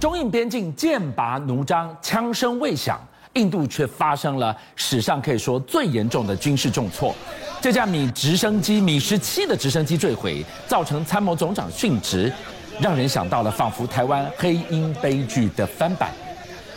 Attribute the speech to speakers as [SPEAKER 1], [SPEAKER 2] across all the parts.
[SPEAKER 1] 中印边境剑拔弩张，枪声未响，印度却发生了史上可以说最严重的军事重挫。这架米直升机米十七的直升机坠毁，造成参谋总长殉职，让人想到了仿佛台湾黑鹰悲剧的翻版。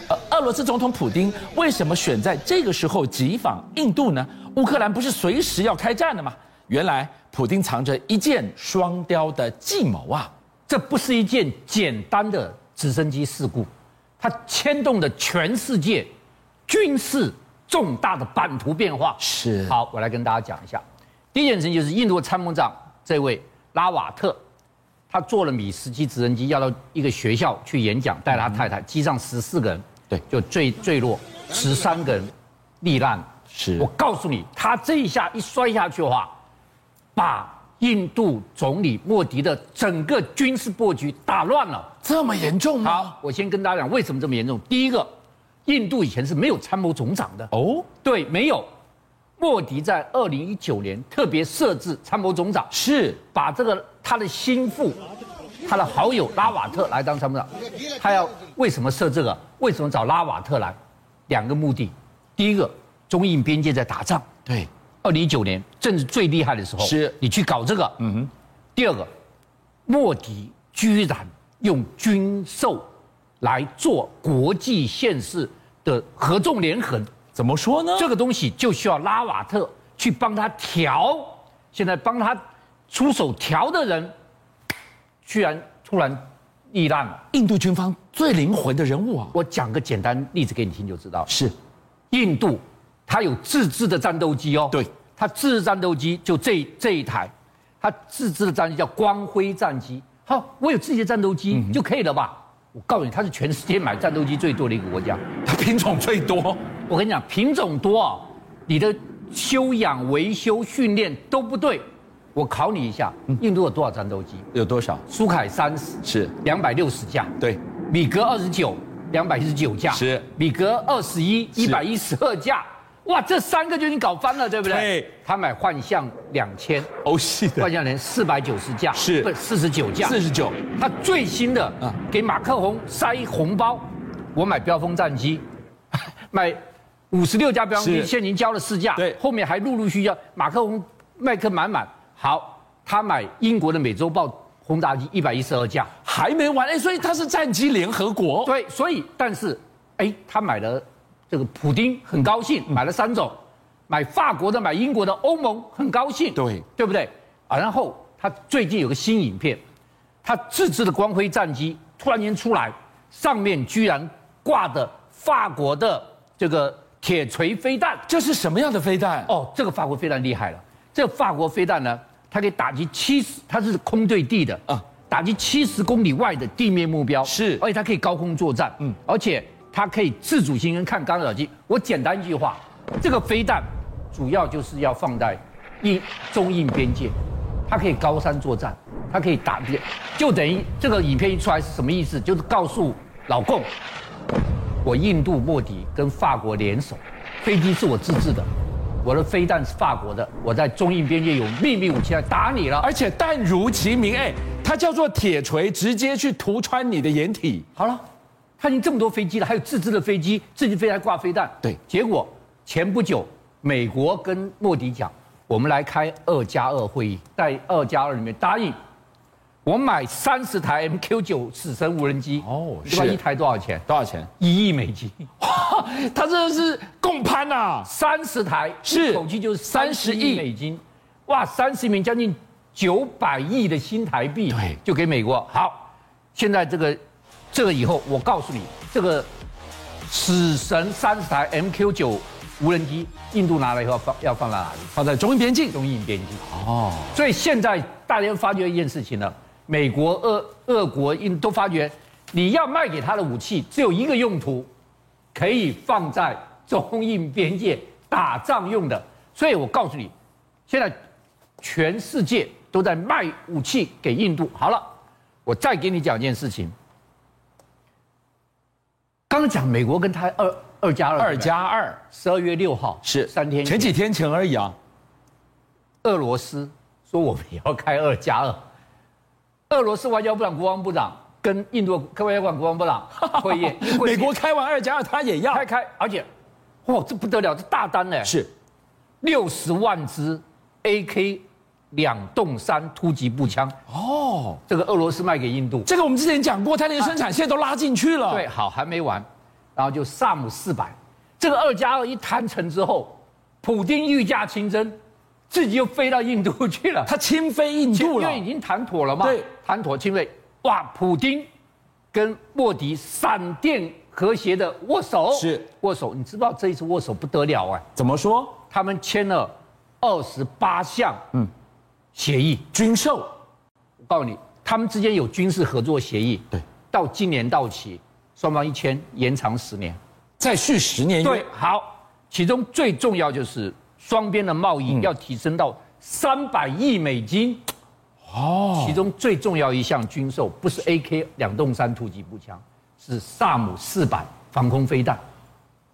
[SPEAKER 1] 而俄罗斯总统普京为什么选在这个时候急访印度呢？乌克兰不是随时要开战了吗？原来普京藏着一箭双雕的计谋啊！
[SPEAKER 2] 这不是一件简单的直升机事故，它牵动了全世界军事重大的版图变化。
[SPEAKER 1] 是
[SPEAKER 2] 好，我来跟大家讲一下。第一件事情就是印度参谋长这位拉瓦特，他坐了米十七直升机要到一个学校去演讲，带了他太太，机上十四个人，
[SPEAKER 1] 对
[SPEAKER 2] 就坠坠落，十三个人罹难。
[SPEAKER 1] 是
[SPEAKER 2] 我告诉你，他这一下一摔下去的话，把印度总理莫迪的整个军事布局打乱了。
[SPEAKER 1] 这么严重吗？
[SPEAKER 2] 好，我先跟大家讲为什么这么严重。第一个，印度以前是没有参谋总长的，
[SPEAKER 1] 哦，
[SPEAKER 2] 对，没有。莫迪在二零一九年特别设置参谋总长，
[SPEAKER 1] 是
[SPEAKER 2] 把这个他的心腹，他的好友拉瓦特来当参谋长。他要为什么设这个？为什么找拉瓦特来？两个目的，第一个，中印边界在打仗，
[SPEAKER 1] 对，
[SPEAKER 2] 二零一九年正是最厉害的时候，
[SPEAKER 1] 是
[SPEAKER 2] 你去搞这个。嗯哼。第二个，莫迪居然用军售来做国际现实的合纵连横，
[SPEAKER 1] 怎么说呢？
[SPEAKER 2] 这个东西就需要拉瓦特去帮他调。现在帮他出手调的人，居然突然遇难了。
[SPEAKER 1] 印度军方最灵魂的人物啊，
[SPEAKER 2] 我讲个简单例子给你听就知道。
[SPEAKER 1] 是
[SPEAKER 2] 印度，它有自制的战斗机哦。
[SPEAKER 1] 对，
[SPEAKER 2] 它自制战斗机就这这一台，它自制的战机叫光辉战机。好，我有自己的战斗机就可以了吧？我告诉你，它是全世界买战斗机最多的一个国家。
[SPEAKER 1] 他品种最多，
[SPEAKER 2] 我跟你讲，品种多哦，你的修养、维修、训练都不对。我考你一下，印度有多少战斗机？
[SPEAKER 1] 有多少？
[SPEAKER 2] 苏凯三十
[SPEAKER 1] 是
[SPEAKER 2] 两百六十架，
[SPEAKER 1] 对，
[SPEAKER 2] 米格二十九，两百一十九架，
[SPEAKER 1] 是
[SPEAKER 2] 米格二十一，一
[SPEAKER 1] 是
[SPEAKER 2] 百一十二架，哇，这三个就已经搞翻了，对不对？
[SPEAKER 1] 对
[SPEAKER 2] 他买幻象两千，
[SPEAKER 1] 欧系
[SPEAKER 2] 幻，象连四百九十架，
[SPEAKER 1] 是
[SPEAKER 2] 不四十九架，
[SPEAKER 1] 四十九，
[SPEAKER 2] 他最新的
[SPEAKER 1] 啊
[SPEAKER 2] 给马克宏塞红包，我买标风战机， 买五十六架标风机，
[SPEAKER 1] 是
[SPEAKER 2] 现已经交了四架，
[SPEAKER 1] 对
[SPEAKER 2] 后面还陆陆续续交。马克宏麦克满满，好，他买英国的美洲豹轰炸机一百一十二架，
[SPEAKER 1] 还没完哎，所以他是战机联合国，
[SPEAKER 2] 对，所以但是，哎，他买了这个普丁很高兴，买了三种，买法国的，买英国的，欧盟很高兴，
[SPEAKER 1] 对
[SPEAKER 2] 对不对？啊，然后他最近有个新影片，他自制的光辉战机突然间出来，上面居然挂的法国的这个铁锤飞弹，
[SPEAKER 1] 这是什么样的飞弹？
[SPEAKER 2] 哦，这个法国飞弹厉害了。这个法国飞弹呢，它可以打击七十，它是空对地的
[SPEAKER 1] 啊
[SPEAKER 2] 啊，打击七十公里外的地面目标。
[SPEAKER 1] 是
[SPEAKER 2] 而且它可以高空作战。嗯，而且它可以自主性跟看干扰机。我简单一句话，这个飞弹主要就是要放在印中印边界，它可以高山作战，它可以打击，就等于这个影片一出来是什么意思？就是告诉老共，我印度莫迪跟法国联手，飞机是我自制的，我的飞弹是法国的，我在中印边界有秘密武器来打你了。哎
[SPEAKER 1] 而且弹如其名，哎，它叫做铁锤，直接去涂穿你的掩体。
[SPEAKER 2] 好了，他已经这么多飞机了，还有自制的飞机，自己飞还挂飞弹。
[SPEAKER 1] 对
[SPEAKER 2] 结果前不久，美国跟莫迪讲，我们来开二加二会议，在二加二里面答应，我买三十台 MQ 九死神无人机。
[SPEAKER 1] 哦
[SPEAKER 2] 你知道
[SPEAKER 1] 是
[SPEAKER 2] 一台多少钱？
[SPEAKER 1] 多少钱？
[SPEAKER 2] 一亿美金，
[SPEAKER 1] 哇，他这是共攀呐、啊！
[SPEAKER 2] 三十台，
[SPEAKER 1] 是
[SPEAKER 2] 一口气就是三
[SPEAKER 1] 30
[SPEAKER 2] 十
[SPEAKER 1] 亿
[SPEAKER 2] 亿美金，哇，三十亿美金将近九百亿的新台币，
[SPEAKER 1] 对
[SPEAKER 2] 就给美国。好，现在这个这个以后，我告诉你，这个死神三十台 MQ 九无人机，印度拿来以后要放要放到哪里？
[SPEAKER 1] 放在中印边境。
[SPEAKER 2] 中印边境。
[SPEAKER 1] 哦，
[SPEAKER 2] 所以现在大家发觉一件事情了，美国、俄、俄国、印都发觉，你要卖给他的武器只有一个用途，可以放在中印边界打仗用的。所以我告诉你，现在全世界都在卖武器给印度。好了，我再给你讲一件事情。刚刚讲美国跟他二二加二，
[SPEAKER 1] 二加二
[SPEAKER 2] 十二月六号
[SPEAKER 1] 是
[SPEAKER 2] 三天
[SPEAKER 1] 前
[SPEAKER 2] 前
[SPEAKER 1] 几天前而已啊。，
[SPEAKER 2] 俄罗斯说我们也要开二加二。俄罗斯外交部长、国防部长跟印度科威管国防部长 会议 会
[SPEAKER 1] 美
[SPEAKER 2] 议
[SPEAKER 1] 国开完二加二，他也要
[SPEAKER 2] 开开，而且，哇，这不得了，这大单呢，
[SPEAKER 1] 是
[SPEAKER 2] 六十万支 AK 两洞山突击步枪，
[SPEAKER 1] 哦。
[SPEAKER 2] 这个俄罗斯卖给 印度。
[SPEAKER 1] 这个我们之前讲过，他连生产线都拉进去了。
[SPEAKER 2] 对，，好，还没完，然后就萨姆四百，这个二加二一谈成之后，普丁御驾亲征，自己又飞到印度去了，
[SPEAKER 1] 他亲飞印度
[SPEAKER 2] 因
[SPEAKER 1] 了
[SPEAKER 2] 为。已经谈妥了嘛，
[SPEAKER 1] 对，
[SPEAKER 2] 谈妥亲卫，哇，普丁跟莫迪闪电和谐的握手，
[SPEAKER 1] 是
[SPEAKER 2] 握手，你知不知道这一次握手不得了哎、
[SPEAKER 1] 怎么说？
[SPEAKER 2] 他们签了二十八项嗯协议，
[SPEAKER 1] 军售
[SPEAKER 2] 我告诉你，他们之间有军事合作协议，
[SPEAKER 1] 对，
[SPEAKER 2] 到今年到期，双方一签延长十年。
[SPEAKER 1] 再续十年约
[SPEAKER 2] 对，，好，其中最重要就是双边的贸
[SPEAKER 1] 嗯
[SPEAKER 2] 易要提升到三百亿美金。哦，其中最重要一项军售不是 AK 两洞山突击步枪，是萨姆四百防空飞弹。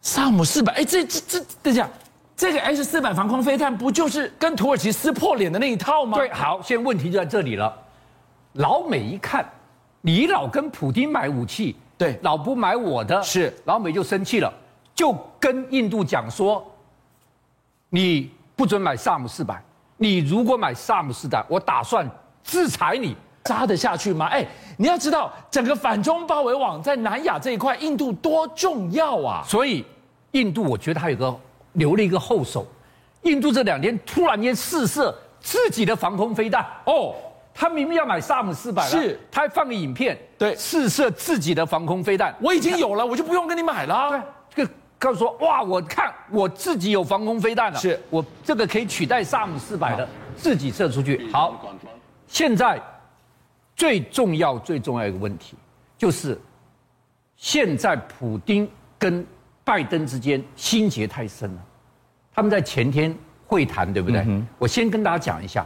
[SPEAKER 1] 萨姆四百，哎，这这这，等一下，这个 S 四百防空飞弹不就是跟土耳其撕破脸的那一套吗？
[SPEAKER 2] 对，，好，现在问题就在这里了。老美一看，你老跟普京买武器，
[SPEAKER 1] 对
[SPEAKER 2] 老不买我的，
[SPEAKER 1] 是
[SPEAKER 2] 老美就生气了，就跟印度讲说，你不准买萨姆四百，你如果买萨姆四百，我打算制裁你。
[SPEAKER 1] 扎得下去吗？哎，你要知道，整个反中包围网在南亚这一块，印度多重要啊！
[SPEAKER 2] 所以，印度我觉得他有个留了一个后手，印度这两天突然间试射自己的防空飞弹哦。他明明要买萨姆四百了，
[SPEAKER 1] 是
[SPEAKER 2] 他还放个影片，
[SPEAKER 1] 对
[SPEAKER 2] 试射自己的防空飞弹，
[SPEAKER 1] 我已经有了，我就不用跟你买了。
[SPEAKER 2] 这个告诉说，哇，我看我自己有防空飞弹了，
[SPEAKER 1] 是
[SPEAKER 2] 我这个可以取代萨姆四百的，自己射出去。好，现在最重要最重要一个问题就是，现在普丁跟拜登之间心结太深了，他们在前天会谈，对不
[SPEAKER 1] 嗯
[SPEAKER 2] 对？我先跟大家讲一下，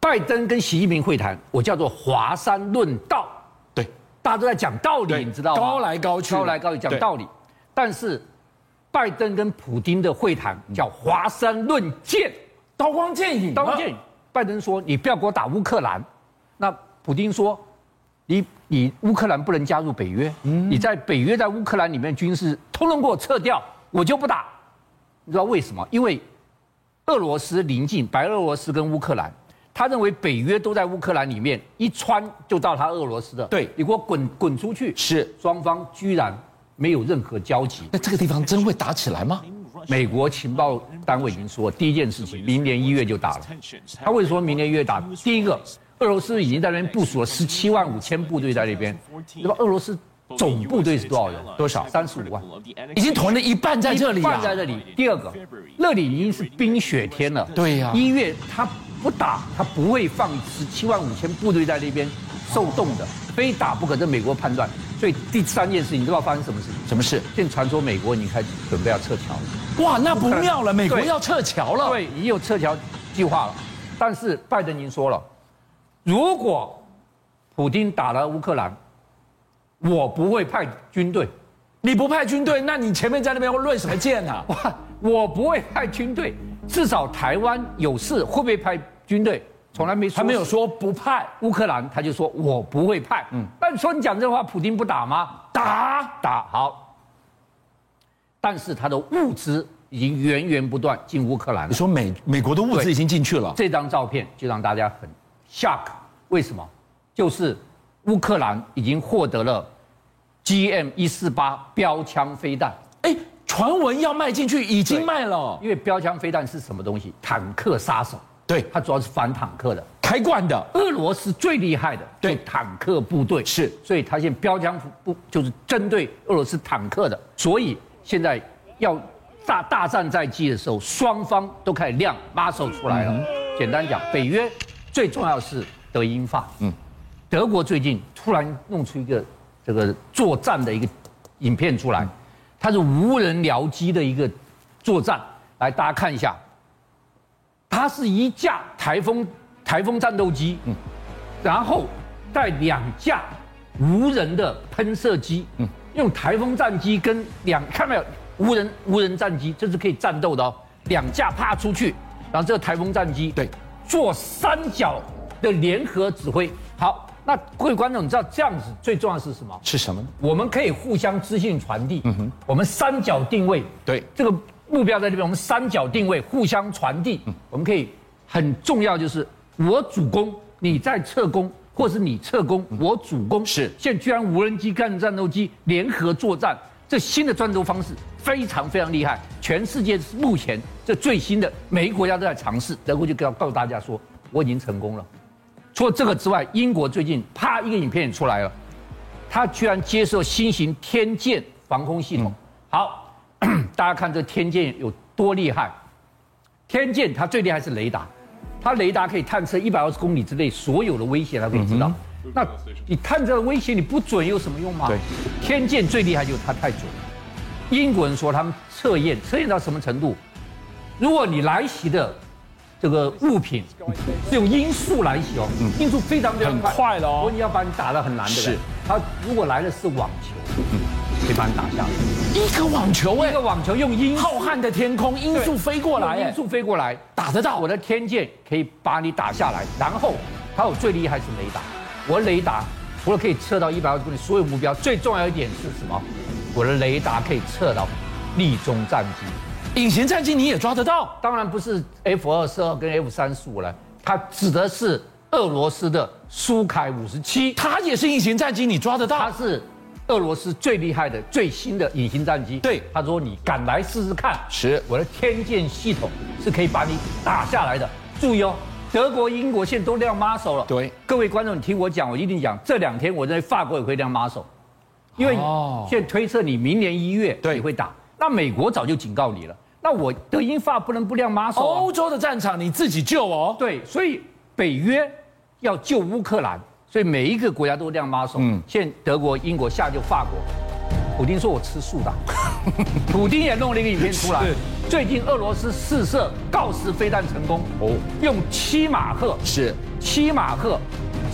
[SPEAKER 2] 拜登跟习近平会谈，我叫做华山论道。
[SPEAKER 1] 对，
[SPEAKER 2] 大家都在讲道理，
[SPEAKER 1] 对
[SPEAKER 2] 你知道吗？
[SPEAKER 1] 高来高去
[SPEAKER 2] 高来高去讲
[SPEAKER 1] 对
[SPEAKER 2] 道理。但是，拜登跟普京的会谈
[SPEAKER 1] 嗯
[SPEAKER 2] 叫华山论剑，
[SPEAKER 1] 刀光剑影啊，
[SPEAKER 2] 刀剑。拜登说：“你不要给我打乌克兰。”那普京说：“你你乌克兰不能加入北约，你在北约在乌克兰里面军事通通给我撤掉，我就不打。”你知道为什么？因为俄罗斯临近白俄罗斯跟乌克兰，他认为北约都在乌克兰里面，一穿就到他俄罗斯的。
[SPEAKER 1] 对
[SPEAKER 2] 你给我滚滚出去！
[SPEAKER 1] 是。
[SPEAKER 2] 双方居然没有任何交集。
[SPEAKER 1] 那这个地方真会打起来吗？
[SPEAKER 2] 美国情报单位已经说，第一件事情，明年一月就打了。他为什么明年一月打？第一个，俄罗斯已经在那边部署了十七万五千部队在那边，那么俄罗斯总部队是多少人？
[SPEAKER 1] 多少
[SPEAKER 2] 三十五万。
[SPEAKER 1] 已经囤了一半在这里
[SPEAKER 2] 放
[SPEAKER 1] 啊！
[SPEAKER 2] 在这里。第二个，那里已经是冰雪天了。
[SPEAKER 1] 对呀
[SPEAKER 2] 一月他不打，他不会放十七万五千部队在那边受冻的，非打不可。这美国判断。所以第三件事情，你知道发生什么事情？
[SPEAKER 1] 什么事？
[SPEAKER 2] 现在传说美国已经开始准备要撤侨了。
[SPEAKER 1] 哇，那不妙了，美国
[SPEAKER 2] 对
[SPEAKER 1] 要撤侨了。
[SPEAKER 2] 对，已经有撤侨计划了。但是拜登已经说了，如果普京打了乌克兰，我不会派军队，
[SPEAKER 1] 你不派军队，那你前面在那边论什么剑啊？
[SPEAKER 2] 哇，我不会派军队，至少台湾有事会不会派军队，从来没说
[SPEAKER 1] 他没有说不派，
[SPEAKER 2] 乌克兰，他就说我不会派。嗯，那你说你讲这话，普京不打吗？
[SPEAKER 1] 打
[SPEAKER 2] 打好，但是他的物资已经源源不断进乌克兰了
[SPEAKER 1] 你。说美美国的物资
[SPEAKER 2] 对
[SPEAKER 1] 已经进去了，
[SPEAKER 2] 这张照片就让大家很 shock，为什么？就是乌克兰已经获得了 GM 一四八标枪飞弹，
[SPEAKER 1] 哎，传闻要卖进去，已经卖了，
[SPEAKER 2] 因为标枪飞弹是什么东西？坦克杀手，
[SPEAKER 1] 对，
[SPEAKER 2] 它主要是反坦克的。
[SPEAKER 1] 开罐的，
[SPEAKER 2] 俄罗斯最厉害的
[SPEAKER 1] 对
[SPEAKER 2] 对坦克部队
[SPEAKER 1] 是
[SPEAKER 2] 所以它现在标枪部就是针对俄罗斯坦克的，所以现在要大大战在即的时候，双方都开始亮 muscle 出来
[SPEAKER 1] 嗯
[SPEAKER 2] 了。简单讲，北约最重要是德英法，嗯，德国最近突然弄出一个这个作战的一个影片出
[SPEAKER 1] 嗯
[SPEAKER 2] 来，它是无人僚机的一个作战，来大家看一下。它是一架台风台风战斗机，然后带两架无人的喷射机，用台风战机跟两看到没有无人无人战机，这是可以战斗的哦，两架啪出去，然后这个台风战机
[SPEAKER 1] 对
[SPEAKER 2] 做三角的联合指挥。好，那各位观众，你知道这样子最重要的是什么？
[SPEAKER 1] 是什么呢？
[SPEAKER 2] 我们可以互相资讯传递。嗯哼，我们三角定位，
[SPEAKER 1] 对
[SPEAKER 2] 这个目标在这边，我们三角定位互相传递。
[SPEAKER 1] 嗯
[SPEAKER 2] 我们可以很重要就是我主攻，你在侧攻，或是你侧攻，我主攻。
[SPEAKER 1] 嗯是
[SPEAKER 2] 现在居然无人机干战斗机联合作战，这新的战斗方式非常非常厉害，全世界目前这最新的每一个国家都在尝试。德国就告告诉大家说，我已经成功了。除了这个之外，英国最近啪一个影片也出来了，他居然接受新型天剑防空系统。
[SPEAKER 1] 嗯
[SPEAKER 2] 好，大家看这天剑有多厉害。天剑它最厉害是雷达，它雷达可以探测一百二十公里之内所有的威胁，它可以知道。
[SPEAKER 1] 嗯
[SPEAKER 2] 那你探测威胁你不准有什么用吗？
[SPEAKER 1] 对，
[SPEAKER 2] 天剑最厉害就是它太准。英国人说他们测验测验到什么程度？如果你来袭的这个物品是用音速来袭哦，音速非常非常
[SPEAKER 1] 嗯很快了哦
[SPEAKER 2] 如果你要把你打得很难的，
[SPEAKER 1] 是。嗯
[SPEAKER 2] 他如果来的是网球，可以把你打下来。
[SPEAKER 1] 一颗网球哎、
[SPEAKER 2] 这个网球用音速
[SPEAKER 1] 浩瀚的天空，音速飞过来
[SPEAKER 2] 用
[SPEAKER 1] 哎、
[SPEAKER 2] 音速飞过来，
[SPEAKER 1] 打得到
[SPEAKER 2] 我的天剑可以把你打下来，然后还有最厉害是雷达，我雷达除了可以测到一百二十公里所有目标，最重要一点是什么？我的雷达可以测到立中战机，
[SPEAKER 1] 隐形战机你也抓得到，
[SPEAKER 2] 当然不是 F 二十二跟 F 三十五了，它指的是俄罗斯的苏凯五十七，
[SPEAKER 1] 它也是隐形战机，你抓得
[SPEAKER 2] 它
[SPEAKER 1] 到。
[SPEAKER 2] 是俄罗斯最厉害的最新的隐形战机。
[SPEAKER 1] 对
[SPEAKER 2] 他说你敢来试试看，
[SPEAKER 1] 是
[SPEAKER 2] 我的天剑系统是可以把你打下来的。注意哦，德国、英国现在都亮妈手了。
[SPEAKER 1] 对
[SPEAKER 2] 各位观众，你听我讲，我一定讲。这两天我在法国也会亮妈手，因为
[SPEAKER 1] 哦
[SPEAKER 2] 现在推测你明年一月
[SPEAKER 1] 对
[SPEAKER 2] 你会打，那美国早就警告你了。那我德英法不能不亮妈手、啊。
[SPEAKER 1] 欧洲的战场你自己救哦。
[SPEAKER 2] 对，所以北约要救乌克兰，所以每一个国家都这样妈手。
[SPEAKER 1] 嗯
[SPEAKER 2] 嗯，现在德国、英国下救法国，普丁说我吃素的，普丁也弄了一个影片出来
[SPEAKER 1] 是。
[SPEAKER 2] 最近俄罗斯试射锆石飞弹成功，
[SPEAKER 1] 哦
[SPEAKER 2] 哦，用七马赫
[SPEAKER 1] 是
[SPEAKER 2] 七马赫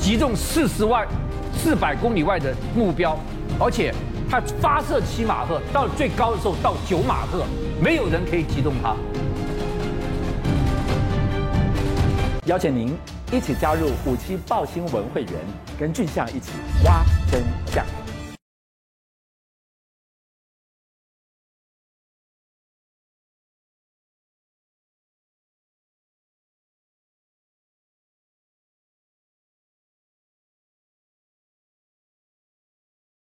[SPEAKER 2] 击中四十万四百公里外的目标，而且它发射七马赫到最高的时候到九马赫，没有人可以击中它。
[SPEAKER 3] 邀请您一起加入虎七报新闻会员，跟俊相一起挖真相。